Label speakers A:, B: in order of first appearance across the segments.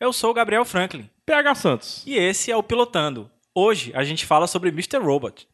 A: Eu sou o Gabriel Franklin
B: PH Santos.
A: e esse é o Pilotando. Hoje a gente fala sobre Mr. Robot.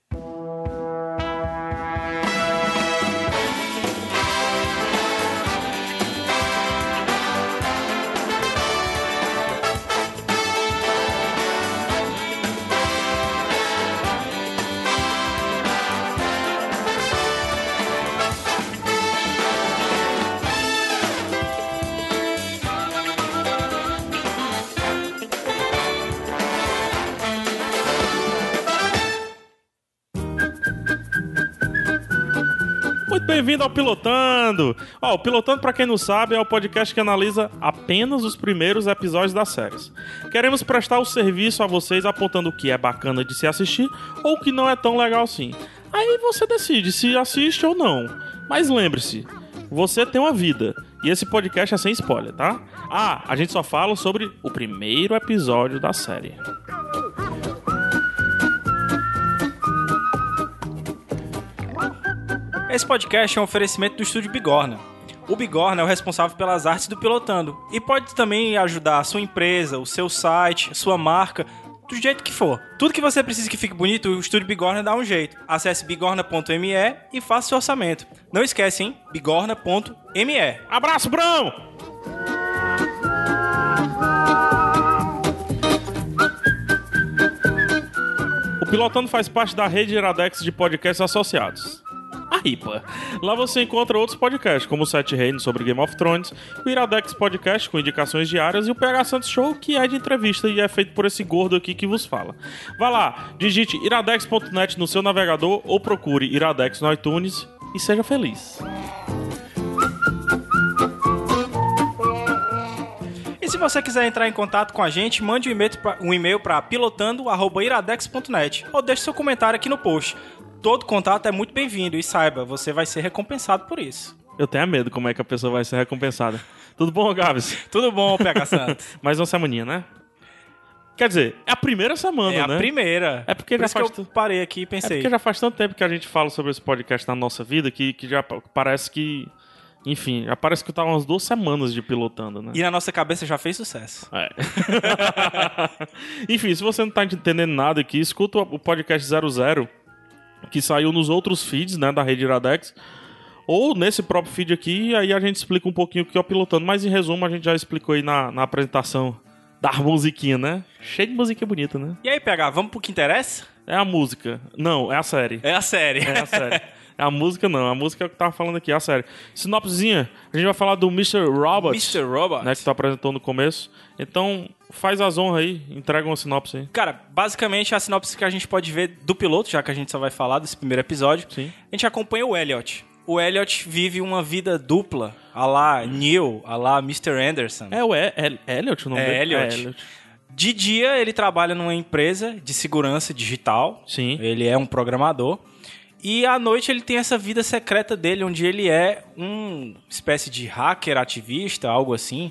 B: Muito bem-vindo ao Pilotando. Ó, o Pilotando, pra quem não sabe, é o podcast que analisa apenas os primeiros episódios das séries. Queremos prestar o serviço a vocês apontando o que é bacana de se assistir ou o que não é tão legal assim. Aí você decide se assiste ou não. Mas lembre-se, você tem uma vida. E esse podcast é sem spoiler, tá? Ah, a gente só fala sobre o primeiro episódio da série.
A: Esse podcast é um oferecimento do estúdio Bigorna. O Bigorna é o responsável pelas artes do Pilotando e pode também ajudar a sua empresa, o seu site, a sua marca, do jeito que for. Tudo que você precisa que fique bonito, o estúdio Bigorna dá um jeito. Acesse bigorna.me e faça seu orçamento. Não esquece, hein? bigorna.me.
B: Abraço, Brão! O Pilotando faz parte da rede Iradex de podcasts associados. A RIPA. Lá você encontra outros podcasts, como o Sete Reinos sobre Game of Thrones, o Iradex Podcast com indicações diárias e o PH Santos Show, que é de entrevista e é feito por esse gordo aqui que vos fala. Vá lá, digite iradex.net no seu navegador ou procure Iradex no iTunes e seja feliz.
A: E se você quiser entrar em contato com a gente, mande um e-mail pra- um e-mail para pilotando@iradex.net ou deixe seu comentário aqui no post. Todo contato é muito bem-vindo e saiba, você vai ser recompensado por isso.
B: Eu tenho medo como é que a pessoa vai ser recompensada. Tudo bom, Gabs?
A: Tudo bom, PH Santos?
B: Mais uma semaninha, né? Quer dizer, é a primeira semana,
A: é a
B: né?
A: primeira.
B: É porque
A: por
B: já
A: isso
B: faz
A: que eu
B: tu-
A: parei aqui e
B: É
A: pensei.
B: porque já faz tanto tempo que a gente fala sobre esse podcast na nossa vida que, que já pa- parece que. Enfim, já parece que eu tava umas duas semanas de pilotando, né?
A: E na nossa cabeça já fez sucesso.
B: É. Enfim, se você não tá entendendo nada aqui, escuta o podcast 00, que saiu nos outros feeds, né, da rede Iradex. Ou nesse próprio feed aqui, e aí a gente explica um pouquinho o que é o pilotando. Mas em resumo, a gente já explicou aí na, na apresentação da musiquinha, né? Cheio de musiquinha bonita, né?
A: E aí, PH, vamos pro que interessa?
B: É a música. Não, é a série.
A: É a série.
B: É a série. É a música, não. A música é o que eu tava falando aqui, é a série. Sinopsezinha, a gente vai falar do Mr. Robot,
A: Mr. Robot.
B: né, que tu apresentou no começo. Então, faz as honras aí, entrega uma sinopse aí.
A: Cara, basicamente a sinopse que a gente pode ver do piloto, já que a gente só vai falar desse primeiro episódio,
B: Sim.
A: a gente acompanha o Elliot. O Elliot vive uma vida dupla, a lá Neil, a lá Mr. Anderson.
B: É o e El- Elliot o nome
A: É
B: dele?
A: Elliot. De dia ele trabalha numa empresa de segurança digital.
B: Sim.
A: Ele é um programador. E à noite ele tem essa vida secreta dele, onde ele é um espécie de hacker ativista, algo assim.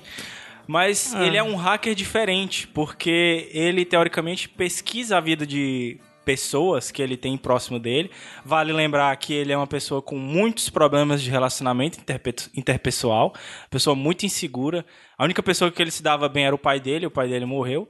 A: Mas
B: Ah.
A: ele é um hacker diferente, porque ele teoricamente pesquisa a vida de pessoas que ele tem próximo dele. Vale lembrar que ele é uma pessoa com muitos problemas de relacionamento interpe- interpessoal, pessoa muito insegura. A única pessoa que ele se dava bem era o pai dele, o pai dele morreu.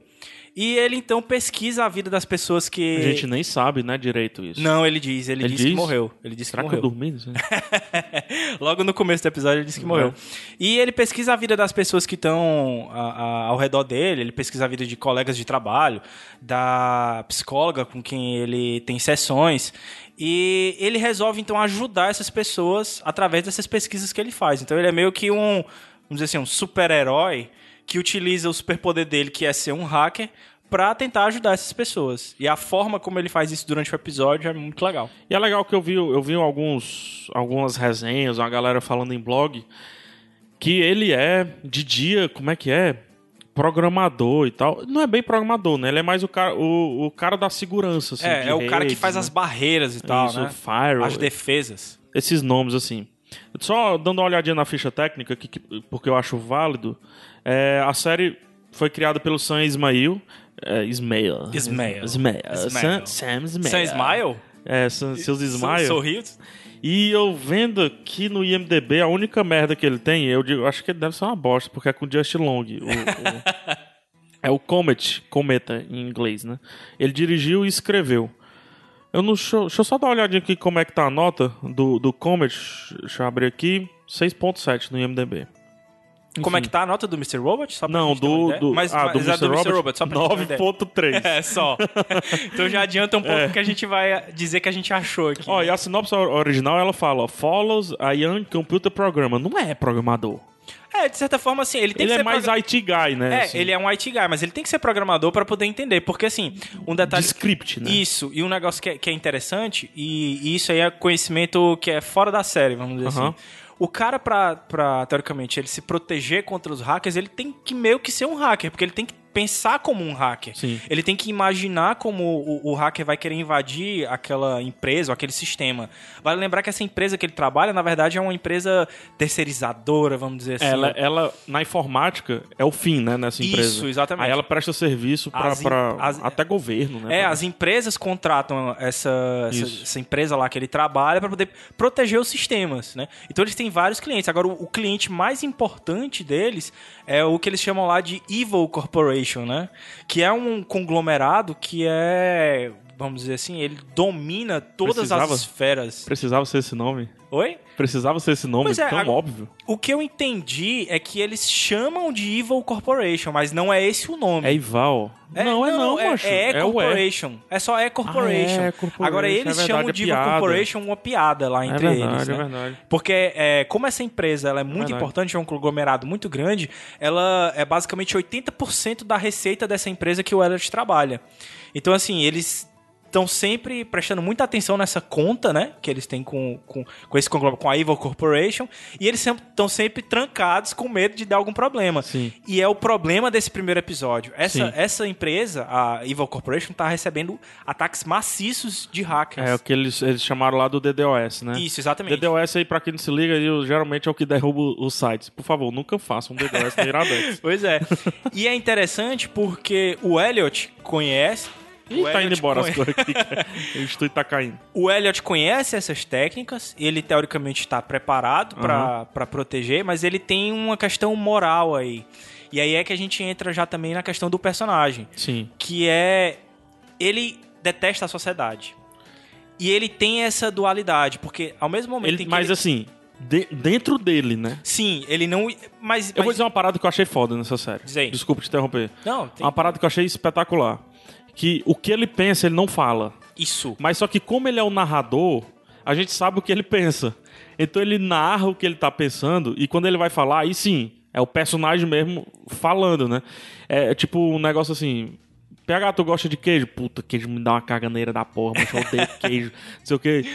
A: E ele então pesquisa a vida das pessoas que
B: A gente nem sabe, né, direito isso.
A: não, ele diz, ele,
B: Ele
A: disse que
B: diz?
A: morreu. Ele disse
B: Será
A: que
B: que eu
A: morreu.
B: dormi? nisso aí?
A: Logo no começo do episódio ele disse que
B: Uhum.
A: morreu. E ele pesquisa a vida das pessoas que estão a- a- ao redor dele, ele pesquisa a vida de colegas de trabalho, da psicóloga com quem ele tem sessões. E ele resolve então ajudar essas pessoas através dessas pesquisas que ele faz. Então ele é meio que um, vamos dizer assim, um super-herói que utiliza o superpoder dele, que é ser um hacker, pra tentar ajudar essas pessoas. E a forma como ele faz isso durante o episódio é muito legal.
B: E é legal que eu vi, eu vi alguns, algumas resenhas, uma galera falando em blog, que ele é de dia, como é que é? Programador e tal. Não é bem programador, né? Ele é mais o cara, o, o cara da segurança, assim.
A: É,
B: de
A: é o cara que
B: redes,
A: faz
B: né?
A: as barreiras e tal,
B: Isso,
A: né?
B: firewall,
A: As defesas.
B: esses nomes, assim. Só dando uma olhadinha na ficha técnica, que, que- porque eu acho válido, é, a série foi criada pelo Sam Ismail. É, Ismail.
A: Ismail.
B: Ismail.
A: Ismail.
B: Sam, Sam Ismail.
A: Sam Smile?
B: É, Sam- seus Ismail.
A: Sorriu?
B: E eu vendo aqui no IMDB, a única merda que ele tem, eu digo, acho que ele deve ser uma bosta, porque é com o Just Long, o, É o Comet, Cometa em inglês, né? Ele dirigiu e escreveu. Eu não, deixa, eu- deixa eu só dar uma olhadinha aqui como é que tá a nota do, do Comet. Deixa eu abrir aqui. 6.7 no IMDB.
A: Como é que tá a nota do Mr. Robot? Só pra
B: Não,
A: gente ter uma
B: do,
A: ideia.
B: do,
A: Mas,
B: ah, do
A: mas é
B: Mr. Robot,
A: só pra gente ter uma ideia.
B: 9.3.
A: É, só. então já adianta um pouco
B: É.
A: o que a gente vai dizer que a gente achou aqui.
B: Ó, e a sinopse or- original ela fala: Follows a Young Computer Programmer. Não é programador.
A: É, de certa forma, assim, ele tem
B: ele
A: que
B: é
A: ser
B: mais
A: progra-
B: IT guy, né?
A: É,
B: assim,
A: ele é um IT guy, mas ele tem que ser programador pra poder entender. Porque, assim, um
B: de
A: detalhe...
B: script, né?
A: Isso, e um negócio que é, que é interessante, e, e isso aí é conhecimento que é fora da série, vamos dizer
B: Aham.
A: assim. O cara, pra, pra, teoricamente, ele se proteger contra os hackers, ele tem que meio que ser um hacker, porque ele tem que pensar como um hacker.
B: Sim.
A: Ele tem que imaginar como o, o hacker vai querer invadir aquela empresa ou aquele sistema. Vale lembrar que essa empresa que ele trabalha, na verdade, é uma empresa terceirizadora, vamos dizer assim.
B: Ela, ela, na informática, é o fim, né, nessa
A: Isso,
B: empresa.
A: exatamente.
B: Aí ela presta serviço pra,
A: As em-
B: pra-
A: as-
B: até governo, né?
A: É,
B: pra-
A: as empresas contratam essa, essa,
B: Isso.
A: essa empresa lá que ele trabalha para poder proteger os sistemas, né? Então eles têm vários clientes. Agora, o, o cliente mais importante deles é o que eles chamam lá de Evil Corporation, né? Que é um conglomerado que é, vamos dizer assim, ele domina todas
B: Precisava?
A: as esferas.
B: Precisava ser esse nome?
A: Oi?
B: Precisava ser esse nome
A: Pois é,
B: tão
A: a-
B: óbvio.
A: O que eu entendi é que eles chamam de Evil Corporation, mas não é esse o nome.
B: É Ival. não, é não,
A: é,
B: macho.
A: é
B: o
A: Corporation. É, só é Corporation.
B: Ah, é, Corporation,
A: Agora
B: é
A: eles
B: verdade,
A: chamam
B: é
A: de
B: piada.
A: Corporation uma piada lá entre
B: é verdade,
A: eles. né?
B: é verdade.
A: Porque é, como essa empresa ela é muito
B: verdade.
A: importante, é um conglomerado muito grande, ela é basicamente 80% da receita dessa empresa que o Elliot trabalha. Então, assim, eles estão sempre prestando muita atenção nessa conta, né? Que eles têm com, com, com esse conglomerado, com a Evil Corporation, e eles estão sempre trancados com medo de dar algum problema.
B: Sim.
A: E é o problema desse primeiro episódio. Essa,
B: Sim.
A: essa empresa, a Evil Corporation, tá recebendo ataques maciços de hackers.
B: É o que eles, eles chamaram lá do DDoS, né?
A: Isso, exatamente.
B: DDoS aí, pra quem não se liga, ele, geralmente é o que derruba os sites. Por favor, nunca façam um DDoS no Iradex.
A: Pois é. e é interessante porque o Elliot conhece.
B: Ih,
A: o
B: tá indo
A: Elliot
B: embora as
A: conhe-
B: coisas aqui. que O estúdio tá caindo.
A: O Elliot conhece essas técnicas, ele teoricamente está preparado pra para proteger, mas ele tem uma questão moral aí. E aí é que a gente entra já também na questão do personagem,
B: Sim.
A: que é ele detesta a sociedade. E ele tem essa dualidade, porque ao mesmo momento
B: Ele,
A: em que
B: mas
A: ele-
B: assim, de- dentro dele, né?
A: sim, ele não mas,
B: Eu vou
A: mas-
B: dizer uma parada que eu achei foda nessa série.
A: Diz aí.
B: Desculpa te interromper.
A: não, tem
B: Uma parada que eu achei espetacular. Que o que ele pensa, ele não fala.
A: isso.
B: Mas só que como ele é o narrador, a gente sabe o que ele pensa. Então ele narra o que ele tá pensando e quando ele vai falar, aí sim, é o personagem mesmo falando, né? É tipo um negócio assim. PH, tu gosta de queijo? Puta, queijo me dá uma caganeira da porra, mas eu odeio queijo. Não sei o quê.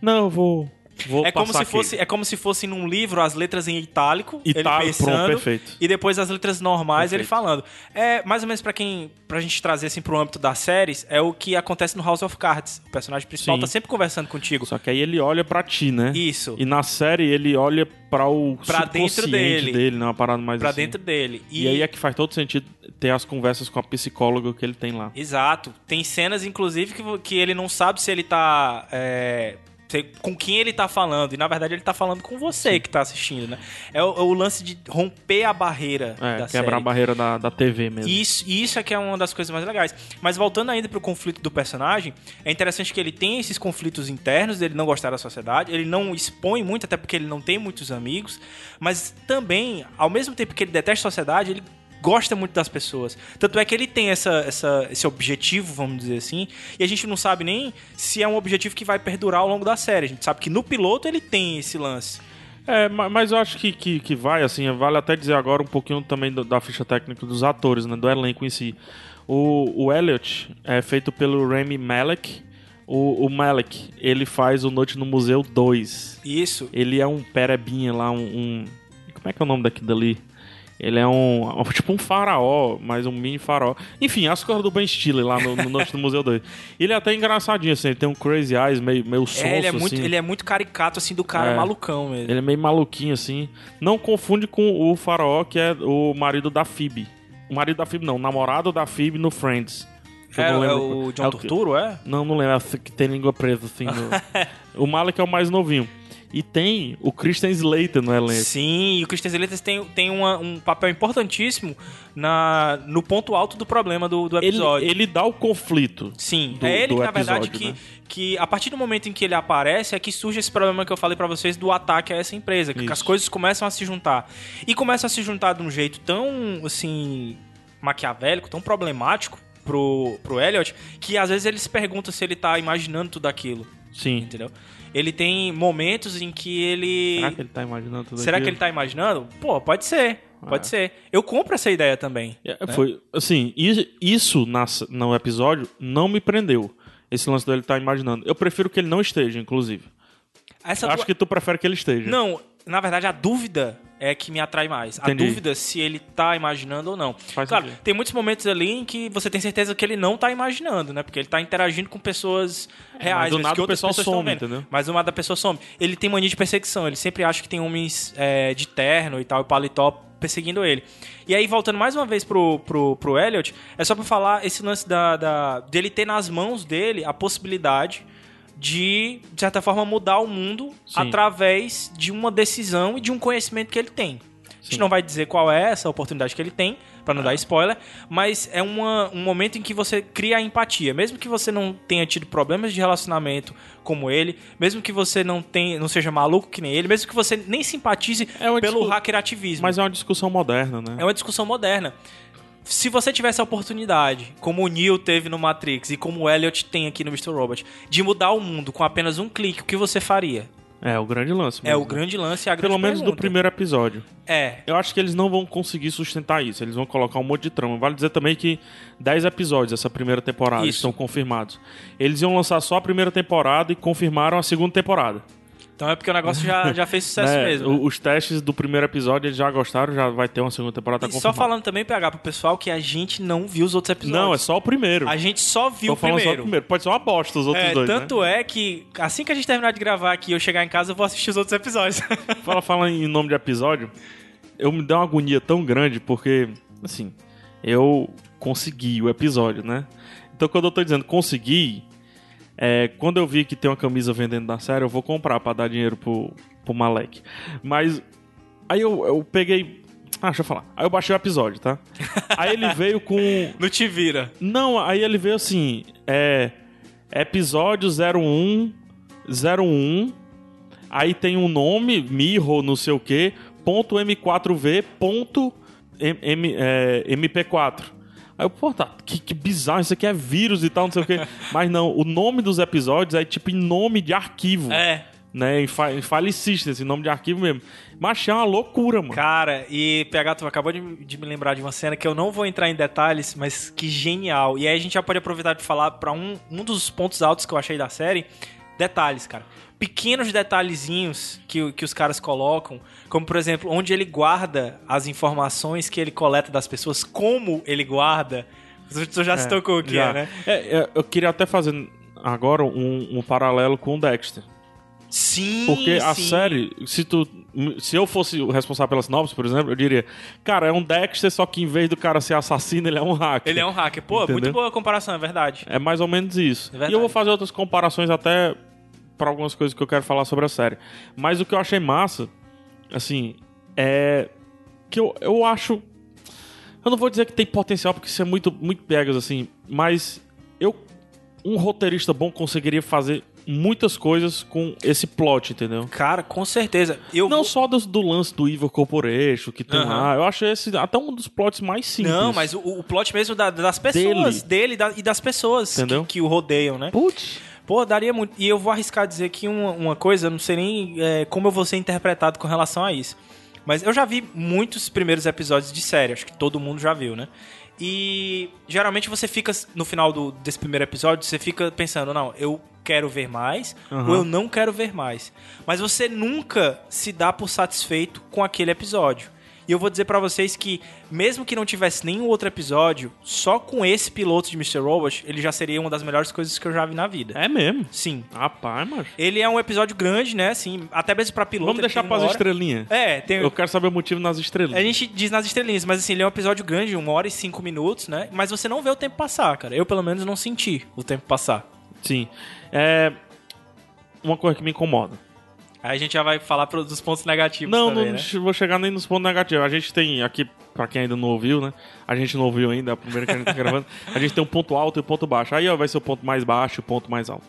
B: Não, eu vou. Vou
A: É como,
B: passar
A: se fosse,
B: queijo.
A: é como se fosse num livro as letras em itálico,
B: Itálico,
A: ele pensando,
B: tá pronto, perfeito.
A: e depois as letras normais ele
B: Perfeito.
A: falando. É mais ou menos pra quem, pra gente trazer assim pro âmbito das séries, é o que acontece no House of Cards. O personagem principal
B: Sim.
A: tá sempre conversando contigo.
B: Só que aí ele olha pra ti, né?
A: Isso.
B: E na série ele olha pra o
A: Pra dentro
B: subconsciente
A: dele.
B: dele, né? Uma parada mais
A: Pra
B: assim.
A: dentro dele.
B: E... aí é que faz todo sentido ter as conversas com a psicóloga que ele tem lá.
A: Exato. Tem cenas, inclusive, que, vo- que ele não sabe se ele tá. é, se- com quem ele tá falando. E na verdade ele tá falando com você que tá assistindo, né? É o, é o lance de romper a barreira
B: É,
A: da
B: quebrar
A: série.
B: a barreira da, da TV mesmo.
A: Isso, isso é que é uma das coisas mais legais. Mas voltando ainda pro conflito do personagem, é interessante que ele tem esses conflitos internos dele não gostar da sociedade, ele não expõe muito, até porque ele não tem muitos amigos, mas também, ao mesmo tempo que ele detesta a sociedade, ele gosta muito das pessoas. Tanto é que ele tem essa, essa- esse objetivo, vamos dizer assim, e a gente não sabe nem se é um objetivo que vai perdurar ao longo da série. A gente sabe que no piloto ele tem esse lance.
B: É, ma- mas eu acho que, que, que vai, assim, vale até dizer agora um pouquinho também do- da ficha técnica dos atores, né? Do elenco em si. O, o Elliot é feito pelo Rami Malek. O, o Malek, ele faz o Noite no Museu 2.
A: Isso.
B: Ele é um perebinha lá, um, um- Como é que é o nome daqui dali? Ele é um. Tipo um faraó, mas um mini faraó. Enfim, as coisas do Ben Stiller lá no, no Noite no Museu 2. Ele é até engraçadinho, assim, ele tem um crazy eyes meio, meio sonso,
A: É, ele, é muito,
B: assim.
A: ele é muito caricato, assim, do cara
B: É.
A: malucão mesmo.
B: Ele é meio maluquinho, assim. Não confunde com o faraó, que é o marido da Phoebe. O marido da Phoebe, não. O namorado da Phoebe no Friends. Eu
A: É,
B: não
A: é
B: lembro-
A: o John
B: é que-
A: Torturo, é?
B: Não, não lembro. É o Que tem língua presa, assim. no- o Malek é o mais novinho. E tem o Christian Slater no elenco.
A: Sim, e o Christian Slater tem, tem uma- um papel importantíssimo na, no ponto alto do problema do, do
B: Ele,
A: episódio.
B: ele dá o conflito.
A: Sim,
B: do-
A: é ele
B: do
A: que, na verdade,
B: episódio,
A: que,
B: né?
A: que a partir do momento em que ele aparece é que surge esse problema que eu falei pra vocês do ataque a essa empresa, que
B: Isso.
A: as coisas começam a se juntar. E começam a se juntar de um jeito tão, assim, maquiavélico, tão problemático pro, pro Elliot, que às vezes ele se pergunta se ele tá imaginando tudo aquilo,
B: Sim.
A: entendeu? Ele tem momentos em que ele...
B: Será que ele tá imaginando tudo
A: Será que
B: aquilo?
A: ele tá imaginando? Pô, pode ser. Pode ser. Eu compro essa ideia também.
B: É, Foi, assim, i- isso nas- no episódio não me prendeu. Esse lance dele tá imaginando. Eu prefiro que ele não esteja, inclusive.
A: Essa
B: Acho
A: tua-
B: que tu prefere que ele esteja.
A: Não, na verdade a dúvida é que me atrai mais.
B: Entendi.
A: A dúvida se ele tá imaginando ou não.
B: Faz
A: claro,
B: sentido.
A: tem muitos momentos ali em que você tem certeza que ele não tá imaginando, né? Porque ele tá interagindo com pessoas reais,
B: É, do
A: mas
B: nada
A: que
B: o
A: outras
B: pessoal
A: pessoas estão
B: some,
A: vendo.
B: entendeu?
A: Mas do nada a pessoa some. Ele tem mania de perseguição, ele sempre acha que tem homens é, de terno e tal, e paletó perseguindo ele. E aí, voltando mais uma vez pro, pro, pro Elliot, é só pra falar esse lance da, da- dele ter nas mãos dele a possibilidade de, de certa forma, mudar o mundo
B: Sim.
A: através de uma decisão e de um conhecimento que ele tem. A gente
B: Sim. Ah.
A: não vai dizer qual é essa oportunidade que ele tem, pra não dar spoiler, mas é uma- um momento em que você cria a empatia. Mesmo que você não tenha tido problemas de relacionamento como ele, mesmo que você não, tenha, não seja maluco que nem ele, mesmo que você nem simpatize
B: É uma
A: pelo
B: discu-
A: hacker ativismo.
B: Mas é uma discussão moderna, né?
A: É uma discussão moderna. Se você tivesse a oportunidade, como o Neo teve no Matrix e como o Elliot tem aqui no Mr. Robot, de mudar o mundo com apenas um clique, o que você faria?
B: É, o grande lance.
A: É
B: mesmo.
A: o grande lance e a grande
B: Pelo menos do
A: pergunta.
B: primeiro episódio.
A: É,
B: Eu acho que eles não vão conseguir sustentar isso. Eles vão colocar um monte de trama. Vale dizer também que 10 episódios essa primeira temporada
A: Isso.
B: estão confirmados. Eles iam lançar só a primeira temporada e confirmaram a segunda temporada.
A: então é porque o negócio já, já fez sucesso
B: né?
A: mesmo.
B: O- Os testes do primeiro episódio eles já gostaram, já vai ter uma segunda temporada
A: E só
B: confirmada.
A: falando também, PH, pro pessoal que a gente não viu os outros episódios.
B: Não, é só o primeiro.
A: A gente só viu
B: Tô
A: o
B: falando
A: primeiro.
B: só o primeiro. Pode ser uma bosta os outros
A: É,
B: dois, né?
A: tanto é que assim que a gente terminar de gravar aqui e eu chegar em casa, eu vou assistir os outros episódios.
B: né? Fala, fala em nome de episódio. Eu me dei uma agonia tão grande porque, assim, eu consegui o episódio, né? Então quando eu tô dizendo consegui, é, quando eu vi que tem uma camisa vendendo na série, eu vou comprar pra dar dinheiro pro, pro Malek. Mas aí eu, eu peguei... Ah, deixa eu falar. Aí eu baixei o episódio, tá? Aí ele veio com
A: não te vira.
B: Não, aí ele veio assim, é episódio 01 01 aí tem um nome, Mirro, não sei o quê, ponto M4V, ponto M- M- é, MP4. Aí eu, pô, tá, que, que bizarro, isso aqui é vírus e tal, não sei o quê. Mas não, o nome dos episódios é tipo em nome de arquivo,
A: É.
B: né? Em, fa em file system, esse nome de arquivo mesmo. Mas é uma loucura, mano.
A: Cara, e PH, tu acabou de, de me lembrar de uma cena que eu não vou entrar em detalhes, mas que genial. E aí a gente já pode aproveitar de falar pra um, um dos pontos altos que eu achei da série. Detalhes, cara. Pequenos detalhezinhos que, o- que os caras colocam, como por exemplo, onde ele guarda as informações que ele coleta das pessoas, como ele guarda. As pessoas já se tocou o que
B: Já.
A: é, né?
B: É, é, eu queria até fazer agora um, um paralelo com o Dexter.
A: Sim,
B: Porque a
A: sim.
B: série, se tu. Se eu fosse o responsável pelas novas, por exemplo, eu diria, cara, é um Dexter, só que em vez do cara ser assassino, ele é um hacker.
A: Ele é um hacker. Pô,
B: Entendeu?
A: muito boa a comparação, é verdade.
B: É mais ou menos isso.
A: É verdade.
B: e eu vou fazer outras comparações até para algumas coisas que eu quero falar sobre a série. Mas o que eu achei massa, assim, é que eu, eu acho. Eu não vou dizer que tem potencial, porque isso é muito, muito pegas, assim, mas eu. Um roteirista bom conseguiria fazer muitas coisas com esse plot, entendeu?
A: Cara, com certeza. Eu
B: Não
A: vou-
B: só dos- do, lance do Evil Corporation que tem
A: Aham.
B: lá. Eu achei esse até um dos plots mais simples.
A: Não, mas o, o plot mesmo da- das pessoas, dele, da- e das pessoas que,
B: Entendeu?
A: que o rodeiam, né?
B: Putz.
A: Pô, daria muito. E eu vou arriscar dizer que uma, uma coisa, eu não sei nem é, como eu vou ser interpretado com relação a isso. Mas eu já vi muitos primeiros episódios de série, acho que todo mundo já viu, né? E geralmente você fica, no final do- desse primeiro episódio, você fica pensando, não, eu quero ver mais,
B: Aham.
A: ou eu não quero ver mais. Mas você nunca se dá por satisfeito com aquele episódio. E eu vou dizer pra vocês que, mesmo que não tivesse nenhum outro episódio, só com esse piloto de Mr. Robot, ele já seria uma das melhores coisas que eu já vi na vida.
B: É mesmo.
A: Sim.
B: Rapaz, mas.
A: Ele é um episódio grande, né? Assim, até mesmo pra piloto.
B: Vamos
A: ele
B: deixar
A: tem
B: pras
A: uma hora.
B: estrelinhas.
A: É, tem.
B: Eu quero saber o motivo nas
A: A
B: estrelinhas.
A: gente diz nas estrelinhas, mas assim, ele é um episódio grande, uma hora e cinco minutos, né? Mas você não vê o tempo passar, cara. Eu, pelo menos, não senti o tempo passar.
B: Sim. É. Uma coisa que me incomoda.
A: Aí a gente já vai falar pro- dos pontos negativos
B: Não,
A: também,
B: não
A: né?
B: che- vou chegar nem nos pontos negativos. A gente tem aqui, pra quem ainda não ouviu, né? A gente não ouviu ainda, é a primeira que a gente tá gravando. A gente tem um ponto alto e um ponto baixo. Aí ó, vai ser o ponto mais baixo e o ponto mais alto.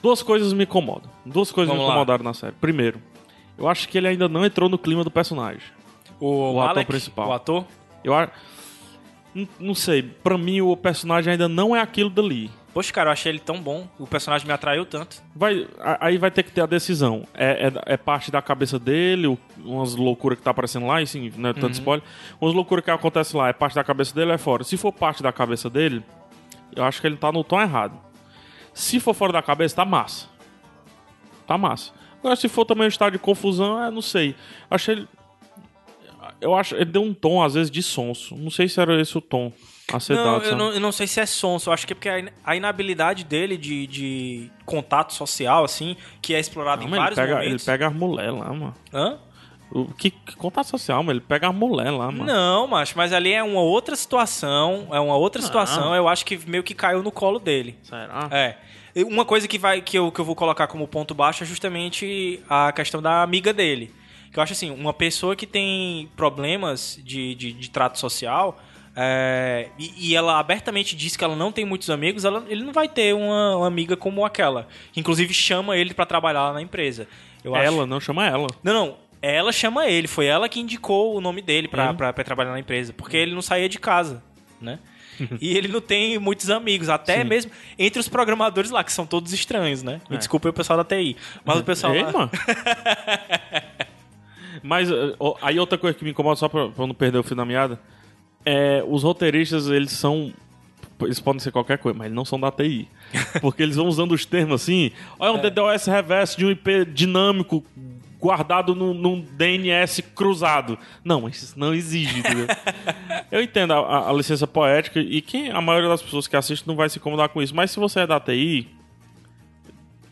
B: Duas coisas me incomodam. Duas coisas
A: Vamos
B: me
A: lá.
B: incomodaram na série. Primeiro, eu acho que ele ainda não entrou no clima do personagem.
A: O,
B: O ator
A: Malek,
B: principal.
A: O ator.
B: Eu acho. Não sei, pra mim o personagem ainda não é aquilo dali.
A: Poxa, cara, eu achei ele tão bom. O personagem me atraiu tanto.
B: Vai, a- aí vai ter que ter a decisão. É, é, é parte da cabeça dele, o- umas loucuras que tá aparecendo lá, e sim, não é tanto
A: Uhum.
B: spoiler. Umas loucuras que acontecem lá, é parte da cabeça dele ou é fora? Se for parte da cabeça dele, eu acho que ele tá no tom errado. Se for fora da cabeça, tá massa. Tá massa. Agora, se for também um estado de confusão, é, não sei. Achei ele. Eu acho. Ele deu um tom, às vezes, de sonso. Não sei se era esse o tom a ser
A: não, eu
B: dado, sabe?
A: não, eu não sei se é sonso. Eu acho que é porque a, in- a inabilidade dele de, de contato social, assim, que é explorado
B: Não,
A: em
B: mas ele
A: vários
B: pega, ele
A: momentos.
B: pega as mulheres lá, mano.
A: Hã?
B: O que, que contato social, mano? Ele pega a mulher lá, mano.
A: Não, macho, mas ali é uma outra situação. É uma outra
B: Não. Ah.
A: situação. Eu acho que meio que caiu no colo dele.
B: Será?
A: É. E Uma coisa que, vai, que, eu, que eu vou colocar como ponto baixo é justamente a questão da amiga dele. Que eu acho assim, uma pessoa que tem problemas de, de, de trato social é, e, e ela abertamente diz que ela não tem muitos amigos, ela- ele não vai ter uma, uma amiga como aquela. Que inclusive chama ele pra trabalhar lá na empresa. Eu acho-
B: ela, não chama ela.
A: Não, não. Ela chama ele. Foi ela que indicou o nome dele pra,
B: Uhum.
A: pra, pra trabalhar na empresa. Porque ele não saía de casa, né?
B: Uhum.
A: e ele não tem muitos amigos. Até mesmo entre os programadores lá, que são todos estranhos, né? Me
B: É. Uhum.
A: desculpa aí o pessoal da TI. Mas o pessoal
B: Ei,
A: lá...
B: mano. Mas eh, ó, aí outra coisa que me incomoda, só pra, pra eu não perder o fio da meada, é os roteiristas, eles são. Eles podem ser qualquer coisa, mas eles não são da TI. Porque eles vão usando os termos assim. Olha um
A: É.
B: DDoS reverso de um IP dinâmico guardado num, num DNS cruzado. Não, isso não exige, entendeu? Eu entendo a- a, a licença poética e quem a maioria das pessoas que assiste não vai se incomodar com isso. Mas se você é da TI,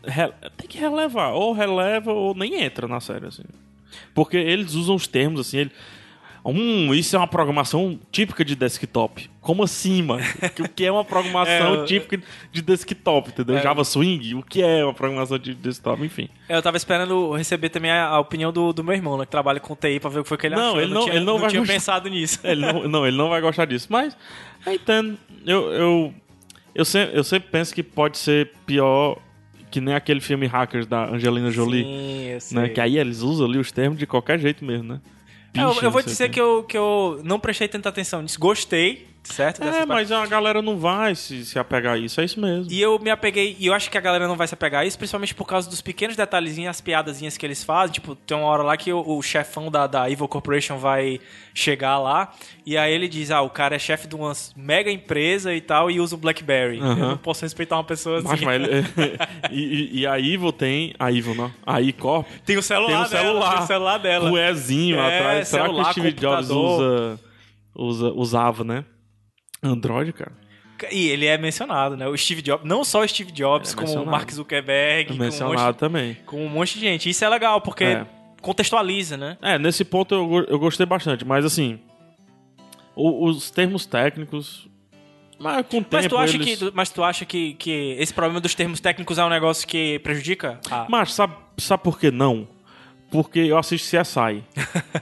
B: re- tem que relevar. Ou releva ou nem entra na série, assim. Porque eles usam os termos, assim, ele... Hum, isso é uma programação típica de desktop. Como assim, mano? O que é uma
A: É,
B: programação
A: eu-
B: típica de desktop, entendeu?
A: É.
B: Java Swing? O que é uma programação de desktop? Enfim.
A: Eu tava esperando receber também a, a opinião do, do meu irmão, né? Que trabalha com TI, pra ver o que foi que ele
B: Não,
A: achou. Eu
B: ele não-
A: tinha,
B: ele não vai
A: tinha
B: gostar.
A: pensado nisso.
B: É, Ele não, não, ele não vai gostar disso. Mas, eu entendo. Eu, eu, eu, se- eu sempre penso que pode ser pior que nem aquele filme Hackers da Angelina Jolie.
A: Sim, eu sei.
B: né? Que aí eles usam ali os termos de qualquer jeito mesmo, né?
A: É, eu,
B: Piche,
A: eu vou
B: não sei
A: dizer
B: o quê.
A: que eu, que eu não prestei tanta atenção nisso. Gostei, certo? Dessas
B: É, mas a galera não vai se, se apegar a isso. É isso mesmo.
A: E eu me apeguei, e eu acho que a galera não vai se apegar a isso, principalmente por causa dos pequenos detalhezinhos, as piadazinhas que eles fazem. Tipo, tem uma hora lá que o, o chefão da, da Evil Corporation vai chegar lá, e aí ele diz: Ah, o cara é chefe de uma mega empresa e tal, e usa o Blackberry.
B: Aham.
A: Eu não posso respeitar uma pessoa assim.
B: Mas, mas ele- e, e- e a Ivo tem. A Ivo, não. A iCorp
A: Tem o celular
B: tem um
A: dela.
B: celular.
A: Tem o celular dela.
B: O Ezinho
A: É,
B: atrás. Será que
A: celular,
B: o Steve Jobs
A: computador.
B: usa, usa, usava, né? Android, cara.
A: E ele é mencionado, né? O Steve Jobs, não só o Steve Jobs,
B: É
A: como o
B: mencionado. É
A: Mark Zuckerberg, com um,
B: Mencionado
A: monte,
B: também.
A: com um monte de gente. Isso é legal, porque
B: É.
A: contextualiza, né?
B: É, nesse ponto eu, go- eu gostei bastante, mas assim. o- os termos técnicos. Mas com o tempo.
A: Mas tu acha,
B: eles...
A: que, mas tu acha que, que esse problema dos termos técnicos é um negócio que prejudica? Ah. a-
B: Mas sabe, sabe por que não? Porque eu assisto CSI.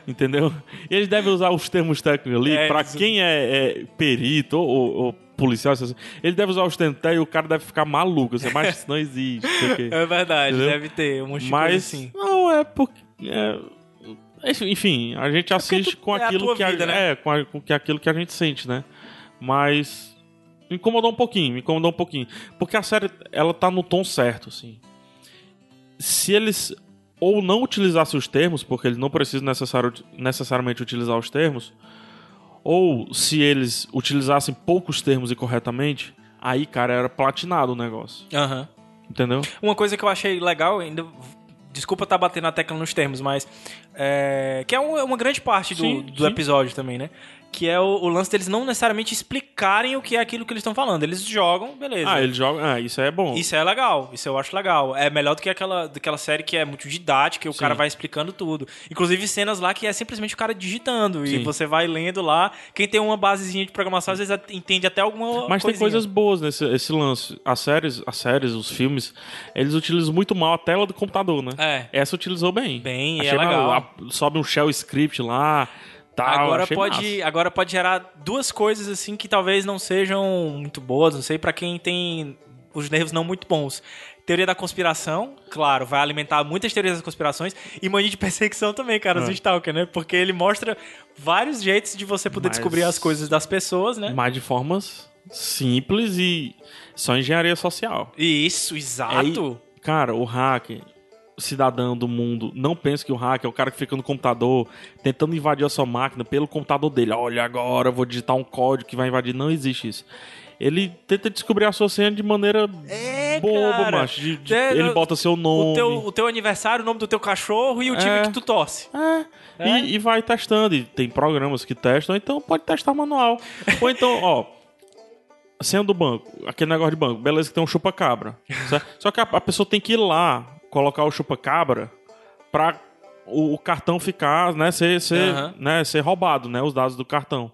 B: entendeu? E eles devem usar os termos técnicos ali.
A: É,
B: pra
A: eles-
B: quem é, é perito ou, ou- ou policial, assim, ele deve usar os termos técnicos e o cara deve ficar maluco. Assim, mas isso não existe. não sei o quê.
A: É verdade,
B: Entendeu?
A: deve ter um monte de coisa
B: Mas
A: assim.
B: não é porque é, enfim, enfim, a gente assiste com
A: é a
B: aquilo
A: tua
B: que a,
A: vida,
B: é com, a- com que aquilo que a gente sente, né? Mas me incomodou um pouquinho, me incomodou um pouquinho, porque a série ela tá no tom certo, assim. Se eles ou não utilizassem os termos, porque eles não precisam necessário- necessariamente utilizar os termos, ou se eles utilizassem poucos termos e corretamente, aí, cara, era platinado o negócio,
A: Aham.
B: entendeu?
A: Uma coisa que eu achei legal, ainda. Desculpa tá estar batendo a tecla nos termos, mas. é, que é um- é uma grande parte do,
B: Sim,
A: do
B: sim.
A: episódio também, né? Que é o, o lance deles não necessariamente explicarem o que é aquilo que eles estão falando. Eles jogam, beleza.
B: Ah, ele joga. Ah, isso é bom.
A: Isso é legal, isso eu acho legal. É melhor do que aquela, daquela série que é muito didática e o
B: Sim.
A: cara vai explicando tudo. Inclusive cenas lá que é simplesmente o cara digitando
B: Sim.
A: e você vai lendo lá. Quem tem uma basezinha de programação às vezes at- entende até alguma
B: Mas tem
A: coisinha.
B: coisas boas nesse esse lance. As séries, as séries, os filmes, eles utilizam muito mal a tela do computador, né?
A: É.
B: Essa utilizou bem.
A: Bem, e
B: achei
A: é legal.
B: mal- a- sobe um shell script lá, tal.
A: Agora
B: Ah, achei
A: pode,
B: massa.
A: agora pode gerar duas coisas assim que talvez não sejam muito boas, não sei, pra quem tem os nervos não muito bons. Teoria da conspiração, claro, vai alimentar muitas teorias das conspirações e mania de perseguição também, cara,
B: É.
A: do Stalker, né? Porque ele mostra vários jeitos de você poder
B: Mas-
A: descobrir as coisas das pessoas, né?
B: Mas de formas simples e só engenharia social.
A: E Isso, exato.
B: Cara, o hacker, o cidadão do mundo, não pensa que o hacker é o cara que fica no computador tentando invadir a sua máquina pelo computador dele. Olha, agora eu vou digitar um código que vai invadir. Não existe isso. Ele tenta descobrir a sua senha de maneira
A: É,
B: boba,
A: cara.
B: macho. De- de-
A: É,
B: ele
A: eu-
B: bota seu nome.
A: O teu, o teu aniversário, o nome do teu cachorro e o time
B: É.
A: que tu torce.
B: É,
A: É.
B: E, e vai testando. E tem programas que testam, então pode testar manual. Ou então, ó. Senha do banco, aquele negócio de banco, beleza que tem um chupa-cabra. certo? Só que a, a pessoa tem que ir lá colocar o chupa-cabra pra o, o cartão ficar, né, ser, ser,
A: Aham.
B: né, ser roubado, né, os dados do cartão.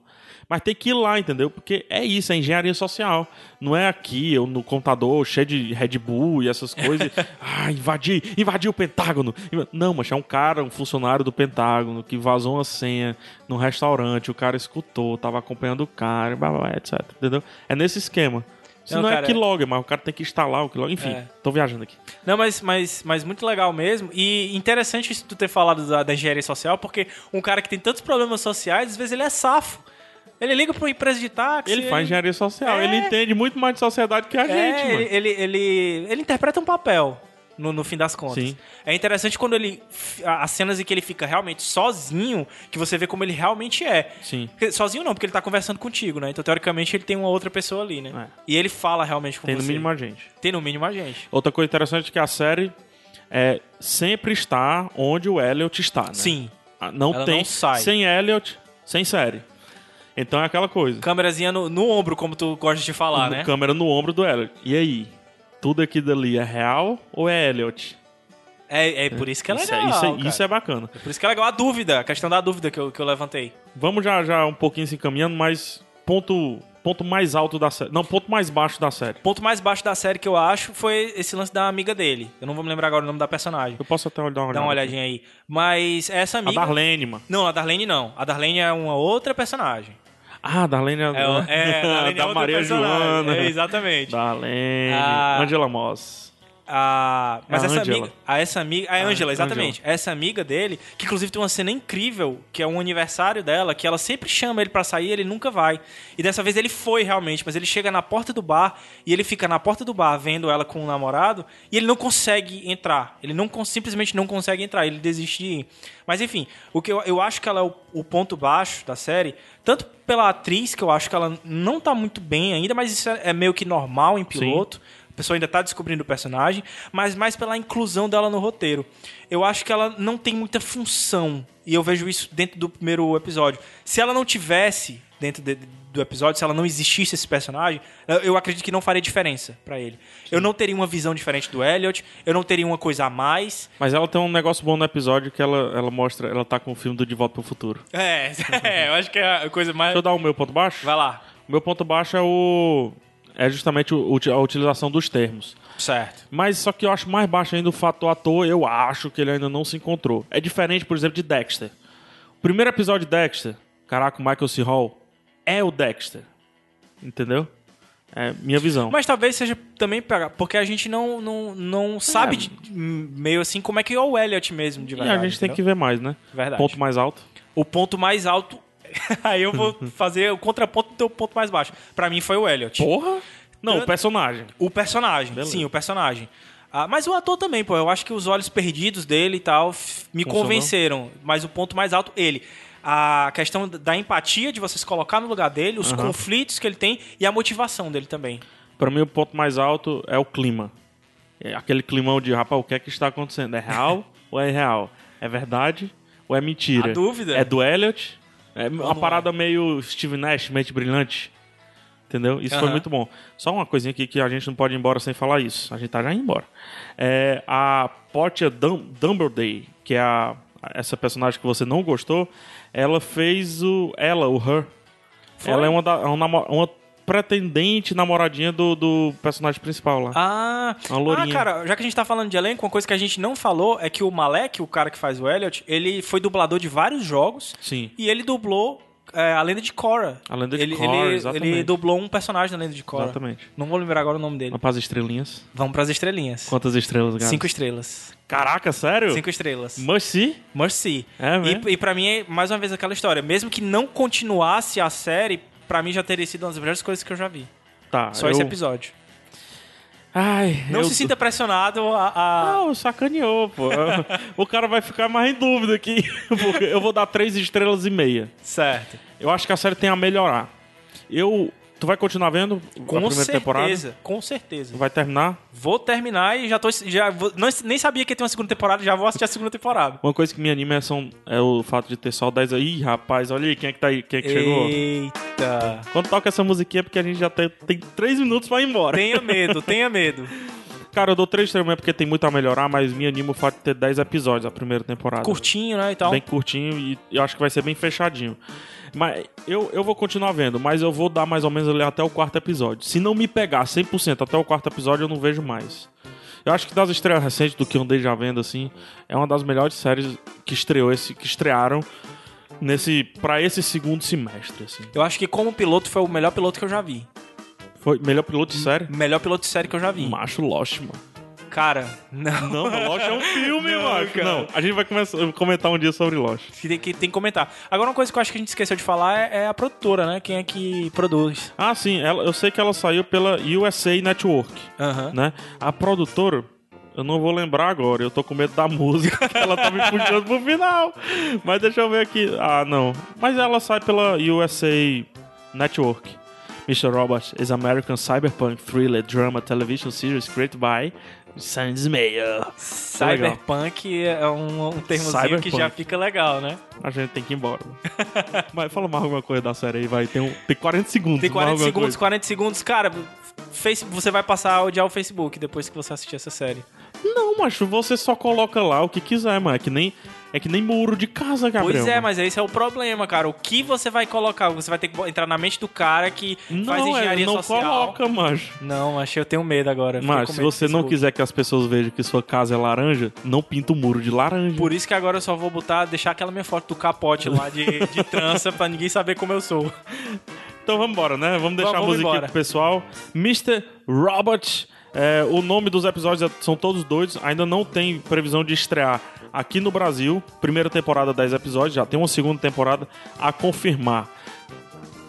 B: Mas tem que ir lá, entendeu? Porque é isso, é engenharia social. Não é aqui, eu no computador, cheio de Red Bull e essas coisas. ah, invadi, invadi o Pentágono. Inva- Não, mas é um cara, um funcionário do Pentágono, que vazou uma senha num restaurante, o cara escutou, tava acompanhando o cara, blá, blá, blá, etc. Entendeu? É nesse esquema. Se não,
A: Não,
B: é
A: cara,
B: keylogger, mas o cara tem que instalar o keylogger. Enfim,
A: É.
B: tô viajando aqui.
A: Não, mas, mas, mas muito legal mesmo. E interessante isso tu ter falado da, da engenharia social, porque um cara que tem tantos problemas sociais, às vezes ele é safo. Ele liga pra uma empresa de táxi.
B: Ele faz engenharia social,
A: É.
B: ele entende muito mais de sociedade que a
A: é,
B: gente, mano.
A: ele, ele, ele, ele interpreta um papel. No, no fim das contas.
B: Sim.
A: É interessante quando ele. a- As cenas em que ele fica realmente sozinho, que você vê como ele realmente é.
B: Sim.
A: Porque- Sozinho não, porque ele tá conversando contigo, né? Então, teoricamente, ele tem uma outra pessoa ali, né?
B: É.
A: E ele fala realmente com
B: Tem
A: você.
B: no mínimo a gente.
A: Tem no mínimo a gente.
B: Outra coisa interessante é que a série é, sempre está onde o Elliot está, né?
A: Sim.
B: Ah, Não
A: Ela
B: tem.
A: não sai.
B: Sem Elliot, sem série. Então é aquela coisa.
A: Câmerazinha no, no ombro, como tu gosta de falar, né?
B: Câmera no ombro do Elliot. E aí? Tudo aqui dali é real ou é Elliot?
A: É, é por isso que é
B: isso,
A: legal.
B: isso,
A: cara.
B: isso é bacana.
A: Por isso que é legal a dúvida, a questão da dúvida que eu, que eu levantei.
B: Vamos já, já um pouquinho se encaminhando, mas ponto, ponto mais alto da série. Não, ponto mais baixo da série.
A: O ponto mais baixo da série que eu acho foi esse lance da amiga dele. Eu não vou me lembrar agora o nome da personagem.
B: Eu posso até dar uma olhada.
A: Dá uma olhadinha aí. Mas essa
B: A
A: amiga.
B: Darlene, mano.
A: Não, a Darlene não. A Darlene é uma outra personagem.
B: Ah, a Darlene é,
A: É, o- é, a Darlene é
B: da
A: outra
B: Maria
A: personagem.
B: Joana.
A: É, exatamente.
B: Darlene.
A: Ah.
B: Angela Moss.
A: A, mas
B: É a
A: essa
B: Angela. Ah,
A: amiga, a essa amiga, a Angela, exatamente. Essa amiga dele, que inclusive tem uma cena incrível, que é um aniversário dela, que ela sempre chama ele pra sair, ele nunca vai. E dessa vez ele foi realmente, mas ele chega na porta do bar e ele fica na porta do bar vendo ela com o namorado e ele não consegue entrar. Ele não con- simplesmente não consegue entrar, ele desiste de ir. Mas enfim, o que eu, eu acho que ela é o, o ponto baixo da série, tanto pela atriz que eu acho que ela não tá muito bem ainda, mas isso é, é meio que normal em piloto. A pessoa ainda tá descobrindo o personagem, mas mais pela inclusão dela no roteiro. Eu acho que ela não tem muita função. E eu vejo isso dentro do primeiro episódio. Se ela não tivesse dentro de- do episódio, se ela não existisse esse personagem, eu- eu acredito que não faria diferença pra ele. Eu não teria uma visão diferente do Elliot, eu não teria uma coisa a mais.
B: Mas ela tem um negócio bom no episódio que ela, ela mostra, ela tá com o filme do De Volta pro Futuro. Deixa
A: É, eu acho que é a coisa mais.
B: eu dar o meu ponto baixo?
A: Vai lá.
B: O meu ponto baixo é o. É justamente o- o- a utilização dos termos.
A: Certo.
B: Mas só que eu acho mais baixo ainda o fato do ator, eu acho que ele ainda não se encontrou. É diferente, por exemplo, de Dexter. O primeiro episódio de Dexter, caraca, o Michael C. Hall é o Dexter. Entendeu? É minha visão.
A: Mas talvez seja também pra- porque a gente não, não, não sabe de- meio assim como é que é o Elliot mesmo, de
B: e
A: verdade.
B: a gente tem
A: entendeu?
B: que ver mais, né?
A: Verdade.
B: Ponto mais alto.
A: O ponto mais alto. Aí eu vou fazer o contraponto do teu ponto mais baixo. Pra mim foi o Elliot.
B: Porra! Não, o personagem.
A: O personagem,
B: Beleza.
A: sim, o personagem. Ah, mas o ator também, pô. Eu acho que os olhos perdidos dele e tal f- me
B: Funcionou?
A: convenceram. Mas o ponto mais alto, ele. A questão da empatia de você se colocar no lugar dele, os conflitos que ele tem e a motivação dele também.
B: Pra mim, o ponto mais alto é o clima. É aquele climão de, rapaz, o que é que está acontecendo? É real ou é real? É verdade ou é mentira?
A: A dúvida.
B: É do Elliot É uma parada meio Steve Nash, mente brilhante. Entendeu? Isso foi
A: Aham.
B: muito bom. Só uma coisinha aqui que a gente não pode ir embora sem falar isso. A gente tá já indo embora. É, a Portia Dum Dumbleday, que é a, essa personagem que você não gostou, ela fez o. Ela, o Her.
A: Foi?
B: Ela é uma, da- uma namo- uma pretendente namoradinha do, do personagem principal lá.
A: Ah,
B: Uma lourinha.
A: ah, cara, já que a gente tá falando de elenco, uma coisa que a gente não falou é que o Malek, o cara que faz o Elliot, ele foi dublador de vários jogos
B: Sim.
A: e ele dublou é, a Lenda de Korra.
B: A Lenda de
A: ele,
B: Korra,
A: ele,
B: exatamente.
A: Ele dublou um personagem da Lenda de Korra.
B: Exatamente.
A: Não vou lembrar agora o nome dele.
B: Vamos pras estrelinhas.
A: Vamos pras estrelinhas.
B: Quantas estrelas, gato?
A: Cinco estrelas.
B: Caraca, sério?
A: Cinco estrelas.
B: Mercy?
A: Mercy.
B: É mesmo?
A: e, e pra mim é mais uma vez aquela história. Mesmo que não continuasse a série, pra mim já teria sido uma das melhores coisas que eu já vi.
B: Tá.
A: Só
B: eu...
A: esse episódio.
B: Ai,
A: Não
B: eu- Ah.
A: se sinta pressionado a. a-
B: Não, sacaneou, pô. o cara vai ficar mais em dúvida aqui. Porque eu vou dar três estrelas e meia.
A: Certo.
B: Eu acho que a série tem a melhorar. Eu. Tu vai continuar vendo a
A: Com
B: primeira
A: certeza.
B: temporada?
A: Com certeza.
B: Vai terminar?
A: Vou terminar e já tô. Já vou- não- nem sabia que tem uma segunda temporada, já vou assistir a segunda temporada.
B: Uma coisa que me anima é, são, é o fato de ter só 10 aí. Ih, rapaz, olha aí quem é que tá aí, quem é que chegou.
A: Eita.
B: Quando toca essa musiquinha é porque a gente já tem, tem 3 minutos pra ir embora.
A: Tenha medo, tenha medo.
B: Tá Cara, eu dou 3 estrelas mesmo porque tem muito a melhorar, mas me anima o fato de ter 10 episódios a primeira temporada.
A: Curtinho, né? E tal.
B: Bem curtinho e eu acho que vai ser bem fechadinho. Mas eu, eu vou continuar vendo, mas eu vou dar mais ou menos ali até o quarto episódio. Se não me pegar 100% até o quarto episódio, eu não vejo mais. Eu acho que das estreias recentes do que eu andei já vendo, assim, é uma das melhores séries que estreou esse, que estrearam nesse para esse segundo semestre, assim.
A: Eu acho que como piloto foi o melhor piloto que eu já vi.
B: Foi melhor piloto de série?
A: Melhor piloto de série que eu já vi.
B: Macho Lost, mano.
A: Cara, não.
B: Não, Lost é um filme,
A: Não,
B: mano.
A: cara.
B: Não, a gente vai começar, comentar um dia sobre Lost.
A: Que tem, que tem que comentar. Agora, uma coisa que eu acho que a gente esqueceu de falar é, é a produtora, né? Quem é que produz.
B: Ah, sim, ela- eu sei que ela saiu pela USA Network.
A: Aham.
B: né? A produtora, eu não vou lembrar agora, eu tô com medo da música, que ela tá me puxando pro final. Mas deixa eu ver aqui. Ah, não. Mas ela sai pela USA Network. Mr. Robot is American cyberpunk thriller drama television series created by Sandy Mayer.
A: Cyberpunk é um, um termozinho que
B: Cyberpunk.
A: já fica legal, né?
B: A gente tem que ir embora. Mas fala mais alguma coisa da série aí, vai. Tem, um, tem 40 segundos.
A: Tem
B: mais
A: 40
B: alguma
A: segundos,
B: coisa.
A: 40 segundos, cara. Face, você vai passar a odiar o Facebook depois que você assistir essa série.
B: Não, macho, você só coloca lá o que quiser, mano. É que nem, é que nem muro de casa, Gabriel.
A: Pois é, mas esse é o problema, cara. O que você vai colocar? Você vai ter que bo- entrar na mente do cara que faz
B: Não, é,
A: engenharia
B: não
A: social.
B: coloca, macho.
A: Não, achei eu tenho medo agora. Fiquei
B: Mas
A: com
B: se
A: medo do
B: você não
A: Facebook.
B: quiser que as pessoas vejam que sua casa é laranja, não pinta o muro de laranja.
A: Por isso que agora eu só vou botar, deixar aquela minha foto do capote lá de, de trança pra ninguém saber como eu sou.
B: Então vamos embora, né? Vamos deixar
A: Vamos
B: a musiquinha
A: embora.
B: pro pessoal. Mr. Robot. é, o nome dos episódios é- são todos doidos. Ainda não tem previsão de estrear aqui no Brasil. Primeira temporada, 10 episódios. Já tem uma segunda temporada a confirmar.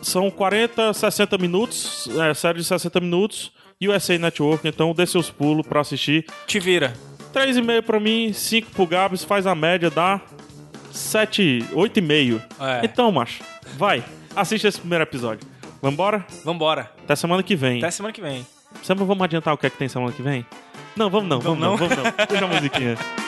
B: São 40, 60 minutos. É, série de 60 minutos. USA Network. Então dê seus pulos pra assistir.
A: Te vira.
B: 3,5 pra mim, 5 pro Gabs, faz a média, dá 7, 8,5.
A: É.
B: Então, macho, vai, assiste esse primeiro episódio. Vambora?
A: Vambora.
B: Até semana que vem.
A: Até semana que vem.
B: Sempre vamos adiantar o que é que tem semana que vem? Não, vamos não, vamos, não, vamos não. Deixa a musiquinha.